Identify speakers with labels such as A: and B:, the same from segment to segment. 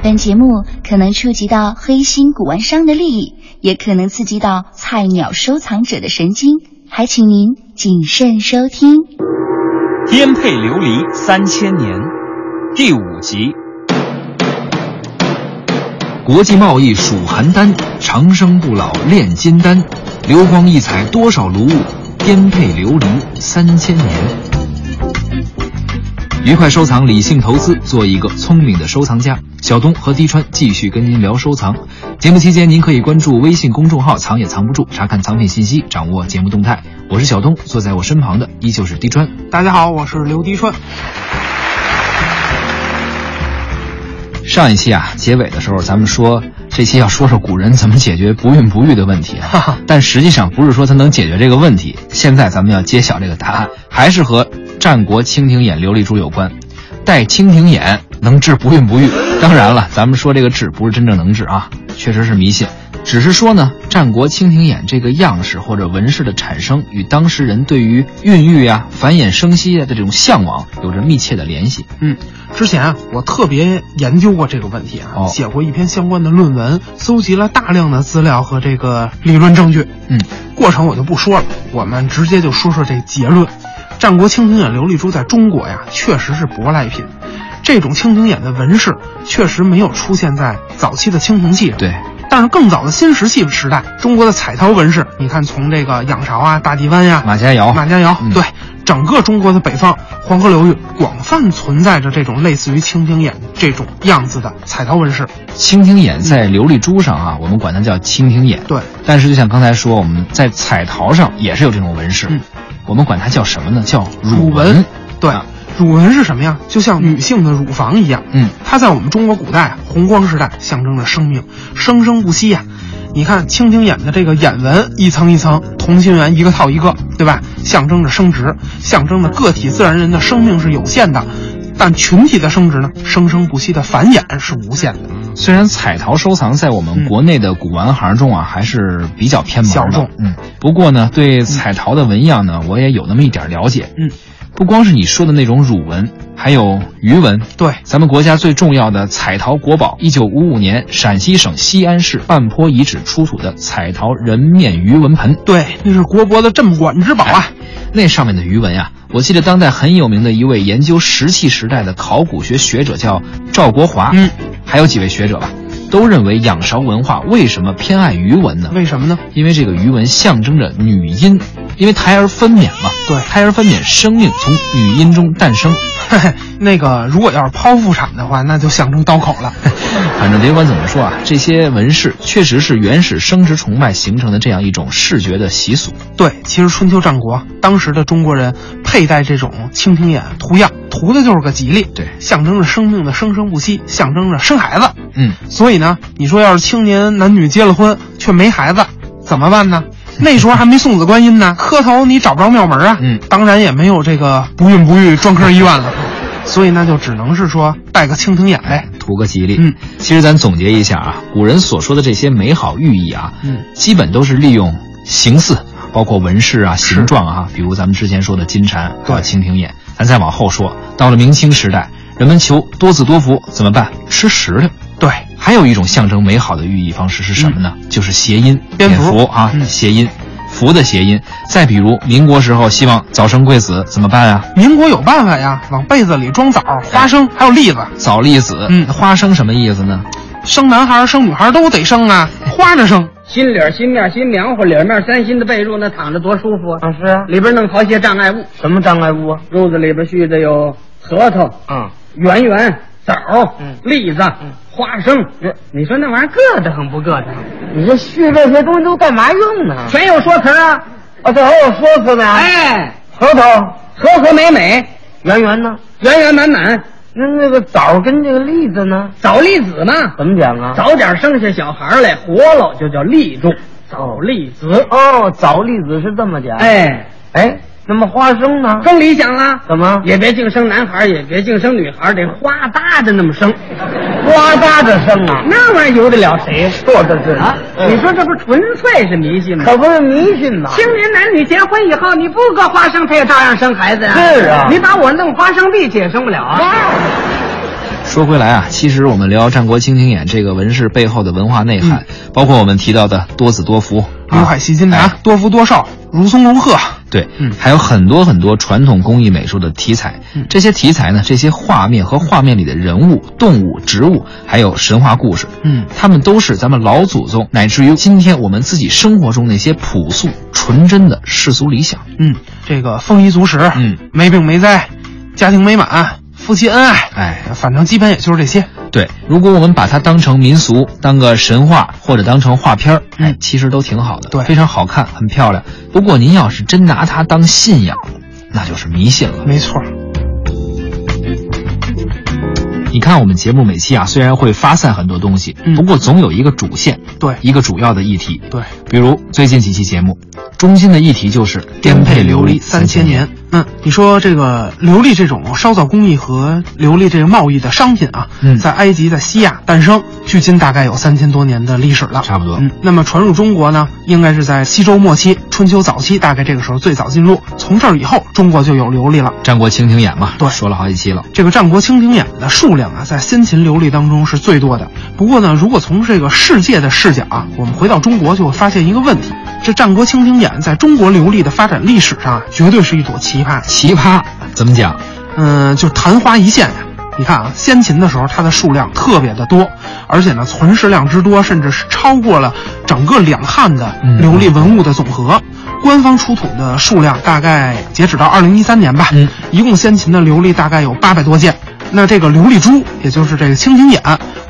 A: 本节目可能触及到黑心古玩商的利益，也可能刺激到菜鸟收藏者的神经，还请您谨慎收听。
B: 颠沛流离三千年，第五集。
C: 国际贸易属邯郸，长生不老炼金丹，流光溢彩多少炉物，颠沛流离三千年。愉快收藏，理性投资，做一个聪明的收藏家。小东和滴川继续跟您聊收藏。节目期间，您可以关注微信公众号“藏也藏不住”，查看藏品信息，掌握节目动态。我是小东，坐在我身旁的依旧是滴川。
D: 大家好，我是刘迪川。
C: 上一期啊，结尾的时候咱们说，这期要说说古人怎么解决不孕不育的问题啊。
D: 哈哈，
C: 但实际上不是说他能解决这个问题。现在咱们要揭晓这个答案，还是和战国蜻蜓眼琉璃珠有关。戴蜻蜓眼能治不孕不育，当然了，咱们说这个治不是真正能治啊，确实是迷信。只是说呢，战国蜻蜓眼这个样式或者纹饰的产生，与当时人对于孕育啊、繁衍生息啊的这种向往有着密切的联系。
D: 嗯，之前啊，我特别研究过这个问题啊，
C: 哦
D: 写过一篇相关的论文，搜集了大量的资料和这个理论证据。
C: 嗯，
D: 过程我就不说了，我们直接就说说这结论。战国蜻蜓眼琉璃珠在中国呀，确实是舶来品。这种蜻蜓眼的纹饰确实没有出现在早期的青铜器上，
C: 对，
D: 但是更早的新石器时代，中国的彩陶纹饰，你看从这个仰韶啊、大地湾呀、
C: 马家窑，
D: 马家窑，
C: 嗯
D: 对，整个中国的北方黄河流域广泛存在着这种类似于蜻蜓眼这种样子的彩陶纹饰。
C: 蜻蜓眼在琉璃珠上啊，我们管它叫蜻蜓眼。
D: 对，
C: 但是就像刚才说，我们在彩陶上也是有这种纹饰，
D: 嗯
C: 我们管它叫什么呢？叫
D: 乳
C: 乳
D: 纹
C: 纹。
D: 对
C: 啊，
D: 乳纹是什么呀？就像女性的乳房一样，
C: 嗯，
D: 它在我们中国古代洪荒时代象征着生命，生生不息呀、你看蜻蜓眼的这个眼纹，一层一层，同心圆一个套一个，对吧？象征着生殖，象征着个体自然人的生命是有限的，但群体的生殖呢，生生不息的繁衍是无限的。
C: 虽然彩陶收藏在我们
D: 嗯
C: 国内的古玩行中啊，还是比较偏门的
D: 小众
C: 嗯，不过呢，对彩陶的纹样呢，我也有那么一点了解。
D: 嗯，
C: 不光是你说的那种乳纹，还有鱼纹。
D: 对，
C: 咱们国家最重要的彩陶国宝，一九五五年陕西省西安市半坡遗址出土的彩陶人面鱼纹盆，
D: 对，那是国博的镇馆之宝啊。
C: 那上面的鱼纹啊，我记得当代很有名的一位研究石器时代的考古学学者叫赵国华，
D: 嗯，
C: 还有几位学者吧，都认为仰韶文化为什么偏爱鱼纹呢？
D: 为什么呢？
C: 因为这个鱼纹象征着女阴，因为胎儿分娩嘛，
D: 对
C: 胎儿分娩，生命从女阴中诞生。
D: 嘿嘿，那个如果要是剖腹产的话，那就象征刀口 了。
C: 反正别管怎么说啊，这些纹饰确实是原始生殖崇拜形成的这样一种视觉的习俗。
D: 对，其实春秋战国当时的中国人佩戴这种蜻蜓眼图样，图的就是个吉利，
C: 对
D: 象征着生命的生生不息，象征着生孩子。
C: 嗯，
D: 所以呢，你说要是青年男女结了婚却没孩子，怎么办呢？那时候还没送子观音呢，磕头你找不着庙门啊。
C: 嗯
D: 当然也没有这个不孕不育专科 医院了，所以那就只能是说戴个蜻蜓眼呗。
C: 哎图个吉利。
D: 嗯，
C: 其实咱总结一下啊，古人所说的这些美好寓意啊，
D: 嗯，
C: 基本都是利用形似，包括纹饰啊、形状啊，比如咱们之前说的金蝉、
D: 对
C: 啊蜻蜓眼。咱再往后说，到了明清时代，人们求多子多福，怎么办？吃石榴。
D: 对，
C: 还有一种象征美好的寓意方式是什么呢？就是谐音，
D: 嗯蝙蝠
C: 蝠啊，
D: 嗯
C: 谐音，福的谐音。再比如民国时候希望早生贵子，怎么办啊？
D: 民国有办法呀，往被子里装枣、花生，还有栗子，
C: 早立子，
D: 嗯
C: 花生什么意思呢？
D: 生男孩儿生女孩儿都得生啊，花着生。
E: 新理儿、新面儿、新棉花、里儿面儿三新的被褥，那躺着多舒服啊！
F: 啊，是啊，
E: 里边弄好些障碍物，
F: 什么障碍物啊？
E: 褥子里边续的有核桃、
C: 嗯
F: 啊，
E: 圆圆、枣、
F: 嗯
E: 栗子、花生。你说那玩意儿
F: 硌得很不硌得很？你这续这些东西都干嘛用呢？
E: 全有说辞儿啊！
F: 啊，这还有说辞呢？，
E: 哎，
F: 核桃
E: 和和美美，
F: 圆圆呢？
E: 圆圆满满，
F: 那那个枣跟这个栗子呢？
E: 早立子嘛，
F: 怎么讲啊？
E: 早点生下小孩来，活了就叫立种，早立子。
F: 哦，枣栗子是这么讲。
E: 哎，
F: 哎，那么花生呢？
E: 更理想了。
F: 怎么
E: 也别净生男孩，也别净生女孩，得花搭着那么生，
F: 花搭着生啊？
E: 那玩意儿由得了谁呀？
F: 说的是
E: 啊，
F: 嗯
E: 你说这不纯粹是迷信吗？
F: 可不是迷信呐。
E: 青年男女结婚以后，你不搁花生，他也照样生孩子呀、
F: 是啊
E: 你把我弄花生地去也生不了啊。
C: 说回来啊，其实我们聊战国蜻蜓眼这个纹饰背后的文化内涵，包括我们提到的多子多福、
D: 嗯
C: 啊
D: 刘海戏金蟾、多福多少、如松如鹤，
C: 对，
D: 嗯
C: 还有很多很多传统工艺美术的题材。这些题材呢，这些画面和画面里的人物、动物、植物，还有神话故事，
D: 嗯
C: 他们都是咱们老祖宗，乃至于今天我们自己生活中那些朴素纯真的世俗理想。
D: 嗯，这个丰衣足食，
C: 嗯，
D: 没病没灾，家庭美满，夫妻恩爱，
C: 哎，
D: 反正基本也就是这些。
C: 对，如果我们把它当成民俗、当个神话或者当成画片儿，哎，其实都挺好的，
D: 嗯对
C: 非常好看，很漂亮。不过您要是真拿它当信仰，那就是迷信了。
D: 没错，
C: 你看我们节目每期啊，虽然会发散很多东西，
D: 嗯
C: 不过总有一个主线，
D: 对
C: 一个主要的议题。
D: 对，
C: 比如最近几期节目，中心的议题就是颠沛流离
D: 三
C: 千
D: 千年。。嗯，你说这个琉璃这种烧造工艺和琉璃这个贸易的商品啊，
C: 嗯
D: 在埃及、在西亚诞生，距今大概有三千多年的历史了，
C: 差不多
D: 嗯，那么传入中国呢，应该是在西周末期、春秋早期，大概这个时候最早进入。从这儿以后，中国就有琉璃了。
C: 战国蜻蜓眼嘛，
D: 对
C: 说了好几期了。
D: 这个战国蜻蜓眼的数量啊，在先秦琉璃当中是最多的。不过呢，如果从这个世界的视角啊，我们回到中国，就会发现一个问题：这战国蜻蜓眼在中国琉璃的发展历史上啊，绝对是一朵奇葩。
C: 奇葩怎么讲？
D: 嗯，就昙花一现呀、你看啊，先秦的时候它的数量特别的多，而且呢存世量之多，甚至是超过了整个两汉的
C: 嗯
D: 琉璃文物的总和。官方出土的数量大概截止到二零一三年吧，
C: 嗯
D: 一共先秦的琉璃大概有八百多件。那这个琉璃珠，也就是这个蜻蜓眼，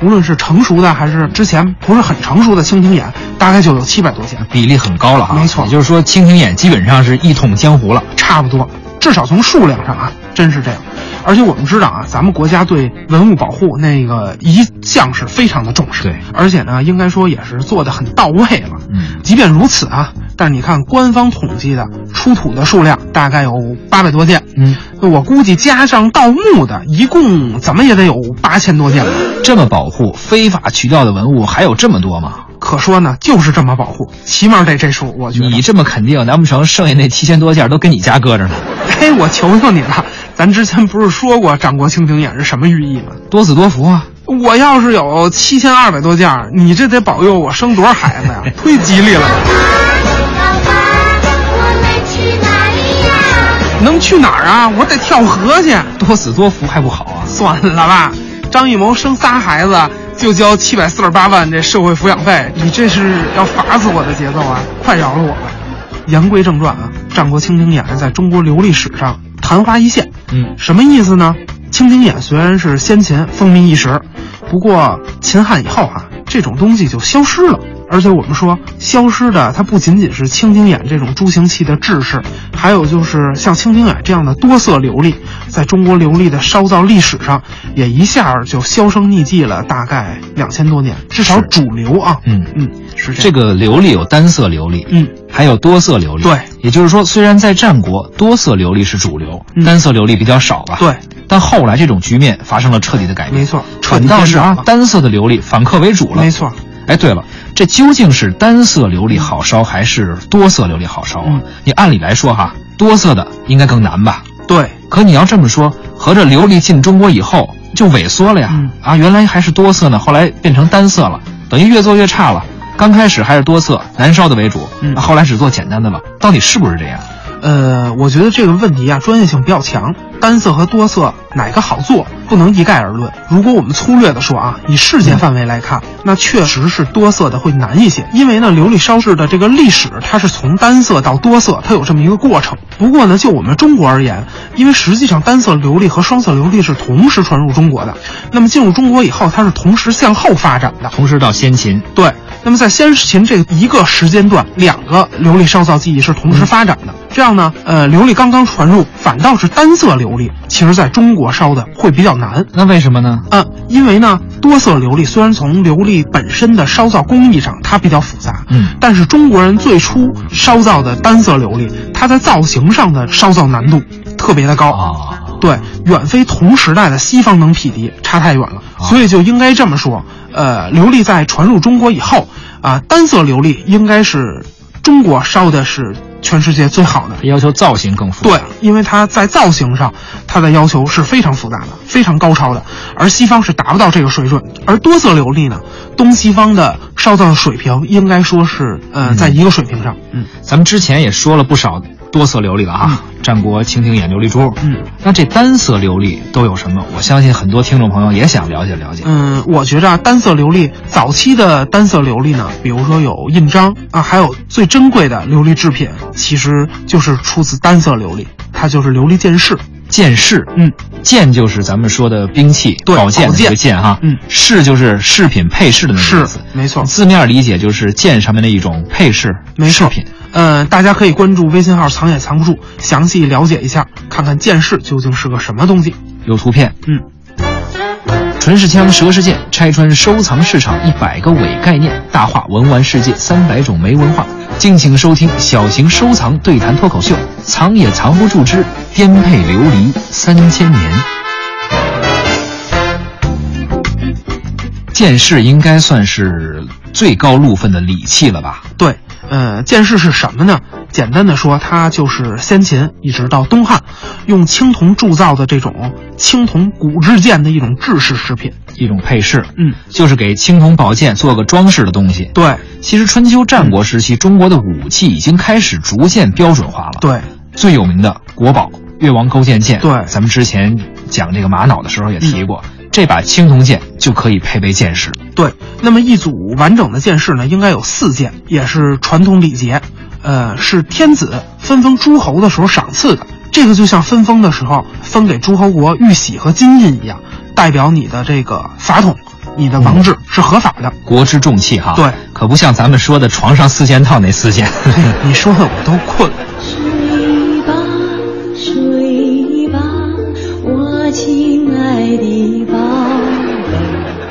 D: 无论是成熟的还是之前不是很成熟的蜻蜓眼，大概就有七百多件。
C: 比例很高了哈，
D: 没错
C: 也就是说，蜻蜓眼基本上是一统江湖了。
D: 差不多，至少从数量上啊，真是这样。而且我们知道啊，咱们国家对文物保护那个一向是非常的重视，
C: 对
D: 而且呢，应该说也是做的很到位了。
C: 嗯
D: 即便如此啊，但是你看官方统计的出土的数量大概有八百多件，
C: 嗯，
D: 我估计加上盗墓的，一共怎么也得有八千多件吧。
C: 这么保护非法渠道的文物还有这么多吗？
D: 可说呢，就是这么保护，起码得这数，我觉得。
C: 你这么肯定，难不成剩下那七千多件都跟你家搁着呢？
D: 嘿，我求求你了，咱之前不是说过战国蜻蜓眼是什么寓意吗？
C: 多子多福啊！
D: 我要是有七千二百多件儿，你这得保佑我生多少孩 子呀？ 忒吉利了，能去哪儿啊？我得跳河去。
C: 多子多福还不好啊？
D: 算了吧，张艺谋生仨孩子就交七百四十八万这社会抚养费，你这是要罚死我的节奏啊！快饶了我吧。言归正传啊，战国蜻蜓眼在中国琉璃史上昙花一现。
C: 嗯
D: 什么意思呢？蜻蜓眼虽然是先秦风靡一时，不过秦汉以后啊，这种东西就消失了。而且我们说，消失的它不仅仅是蜻蜓眼这种珠形器的制式，还有就是像蜻蜓眼这样的多色琉璃，在中国琉璃的烧造历史上，也一下儿就销声匿迹了大概两千多年，至少
C: 是
D: 主流啊，
C: 嗯
D: 嗯，是这
C: 这
D: 样，
C: 个琉璃有单色琉璃，
D: 嗯，
C: 还有多色琉璃。
D: 对，
C: 也就是说，虽然在战国多色琉璃是主流，
D: 嗯
C: 单色琉璃比较少吧。
D: 对，嗯
C: 但后来这种局面发生了彻底的改变。
D: 没错
C: 反倒是
D: 彻底
C: 啊
D: 变，
C: 单色的琉璃反客为主了。
D: 没错。
C: 哎，对了，这究竟是单色琉璃好烧还是多色琉璃好烧啊？
D: 嗯
C: 你按理来说哈，多色的应该更难吧？
D: 对，
C: 可你要这么说，合着琉璃进中国以后就萎缩了呀？
D: 嗯
C: 啊，原来还是多色呢，后来变成单色了，等于越做越差了。刚开始还是多色难烧的为主，
D: 嗯
C: 啊后来只做简单的了，到底是不是这样？
D: 呃，我觉得这个问题啊，专业性比较强，单色和多色哪个好做，不能一概而论。如果我们粗略的说啊，以世界范围来看，那确实是多色的会难一些，因为呢，琉璃烧制的这个历史，它是从单色到多色，它有这么一个过程。不过呢，就我们中国而言，因为实际上单色琉璃和双色琉璃是同时传入中国的，那么进入中国以后，它是同时向后发展的。
C: 同时到先秦，
D: 对，那么在先秦这一个时间段，两个琉璃烧造技艺是同时发展的。这样呢，呃，琉璃刚刚传入，反倒是单色琉璃，其实在中国烧的会比较难。
C: 那为什么呢？
D: 啊，因为呢，多色琉璃虽然从琉璃本身的烧造工艺上它比较复杂，
C: 嗯
D: 但是中国人最初烧造的单色琉璃，它在造型上的烧造难度特别的高。
C: 啊，
D: 对，远非同时代的西方能匹敌，差太远了。
C: 啊
D: 所以就应该这么说，呃，琉璃在传入中国以后，啊、单色琉璃应该是中国烧的是全世界最好的。
C: 要求造型更复杂。
D: 对，因为它在造型上，它的要求是非常复杂的，非常高超的，而西方是达不到这个水准。而多色琉璃呢，东西方的烧造水平应该说是呃，
C: 嗯
D: 在一个水平上。嗯
C: 咱们之前也说了不少多色琉璃了啊，战国蜻蜓眼琉璃珠。
D: 嗯
C: 那这单色琉璃都有什么？我相信很多听众朋友也想了解了解。
D: 嗯，我觉着啊，单色琉璃早期的单色琉璃呢，比如说有印章啊，还有最珍贵的琉璃制品，其实就是出自单色琉璃，它就是琉璃剑饰。
C: 剑士，
D: 嗯，
C: 剑就是咱们说的兵器、
D: 对
C: 宝剑的
D: 宝剑
C: 这个剑哈。
D: 嗯
C: 饰就是饰品、配饰的那个意
D: 是
C: 思。，
D: 没错。
C: 字面理解就是剑上面的一种配饰、
D: 没
C: 饰
D: 错
C: 品。
D: 呃，大家可以关注微信号“藏也藏不住”，详细了解一下，看看剑士究竟是个什么东西。
C: 有图片。
D: 嗯，
C: 纯是枪蛇是剑，拆穿收藏市场一百个伪概念，大话文玩世界三百种没文化。敬请收听小型收藏对谈脱口秀，《藏也藏不住之颠沛流离三千年》。剑士应该算是最高路分的礼器了吧？
D: 对，呃，剑士是什么呢？简单的说，它就是先秦一直到东汉，用青铜铸造的这种青铜骨制剑的一种制式饰品。
C: 一种配饰，
D: 嗯，
C: 就是给青铜宝剑做个装饰的东西。
D: 对，
C: 其实春秋战国时期，中国的武器已经开始逐渐标准化了。，
D: 对，
C: 最有名的国宝越王勾践剑，
D: 对嗯
C: 咱们之前讲这个玛瑙的时候也提过，这把青铜剑就可以配备剑士。
D: 对，那么一组完整的剑士呢，应该有四件，也是传统礼节，呃，是天子分封诸侯的时候赏赐的。这个就像分封的时候分给诸侯国玉玺和金印一样，代表你的这个法统，你的王制是合法的。
C: 国之重器哈，
D: 对，
C: 可不像咱们说的床上四件套那四 件。
D: 哎，你说的我都困了。
G: 睡吧，睡吧，我亲爱的宝贝。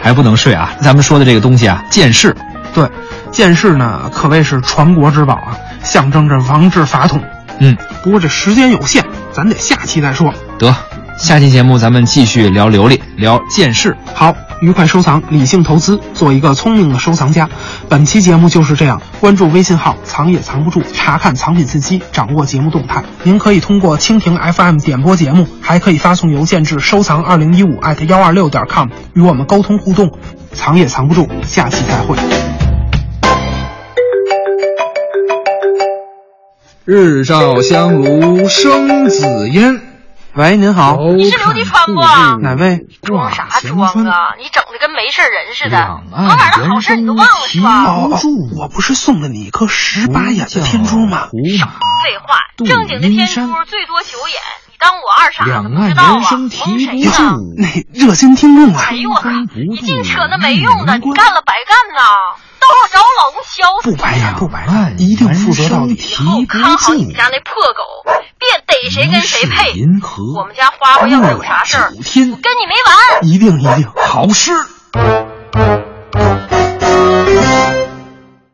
C: 还不能睡啊！咱们说的这个东西啊，剑士，
D: 对，剑士呢可谓是传国之宝啊，象征着王制法统。
C: 嗯，
D: 不过这时间有限，咱得下期再说。
C: 得，下期节目咱们继续聊琉璃，聊剑士。
D: 好，愉快收藏，理性投资，做一个聪明的收藏家。本期节目就是这样，关注微信号“藏也藏不住”，查看藏品信息，掌握节目动态。您可以通过蜻蜓 FM 点播节目，还可以发送邮件至收藏二零一五艾特幺二六点 com 与我们沟通互动。藏也藏不住，下期再会。
H: 日照香炉生紫烟。
D: 喂，您好，
H: 你
I: 是刘迪川不
D: 哪位？
I: 装啥装啊！你整的跟没事人似的
C: 两，
I: 昨晚
C: 岸啊
I: 上好
C: 猿
I: 事你
C: 声
I: 都忘了是
C: 啼
I: 吧？
D: 哦哦，我不是送了你一颗十八眼的天珠吗？
I: 废话，正经的天珠最多九眼，你当我二傻子
C: 两
I: 不
C: 岸
I: 知道啊
C: 猿？声
I: 蒙
C: 啼
I: 谁
C: 不
I: 呢？
C: 住，
D: 那热心听众啊
I: 哎，呦我靠！你净扯那没用的，
C: 难
I: 你
C: 关
I: 干了白干呐！到时候找我老公削死
D: 不
I: 你！
D: 白养，不白
C: 岸
D: 养，一定负责到
C: 猿声
D: 底。
I: 以后
C: 啼不
I: 看好你
C: 住
I: 们。家那破狗，别逮谁跟谁配
C: 疑是银河。
I: 我们家花花要是有啥事儿，
C: 九天
I: 我跟你没完！
D: 一定一定。
C: 好事。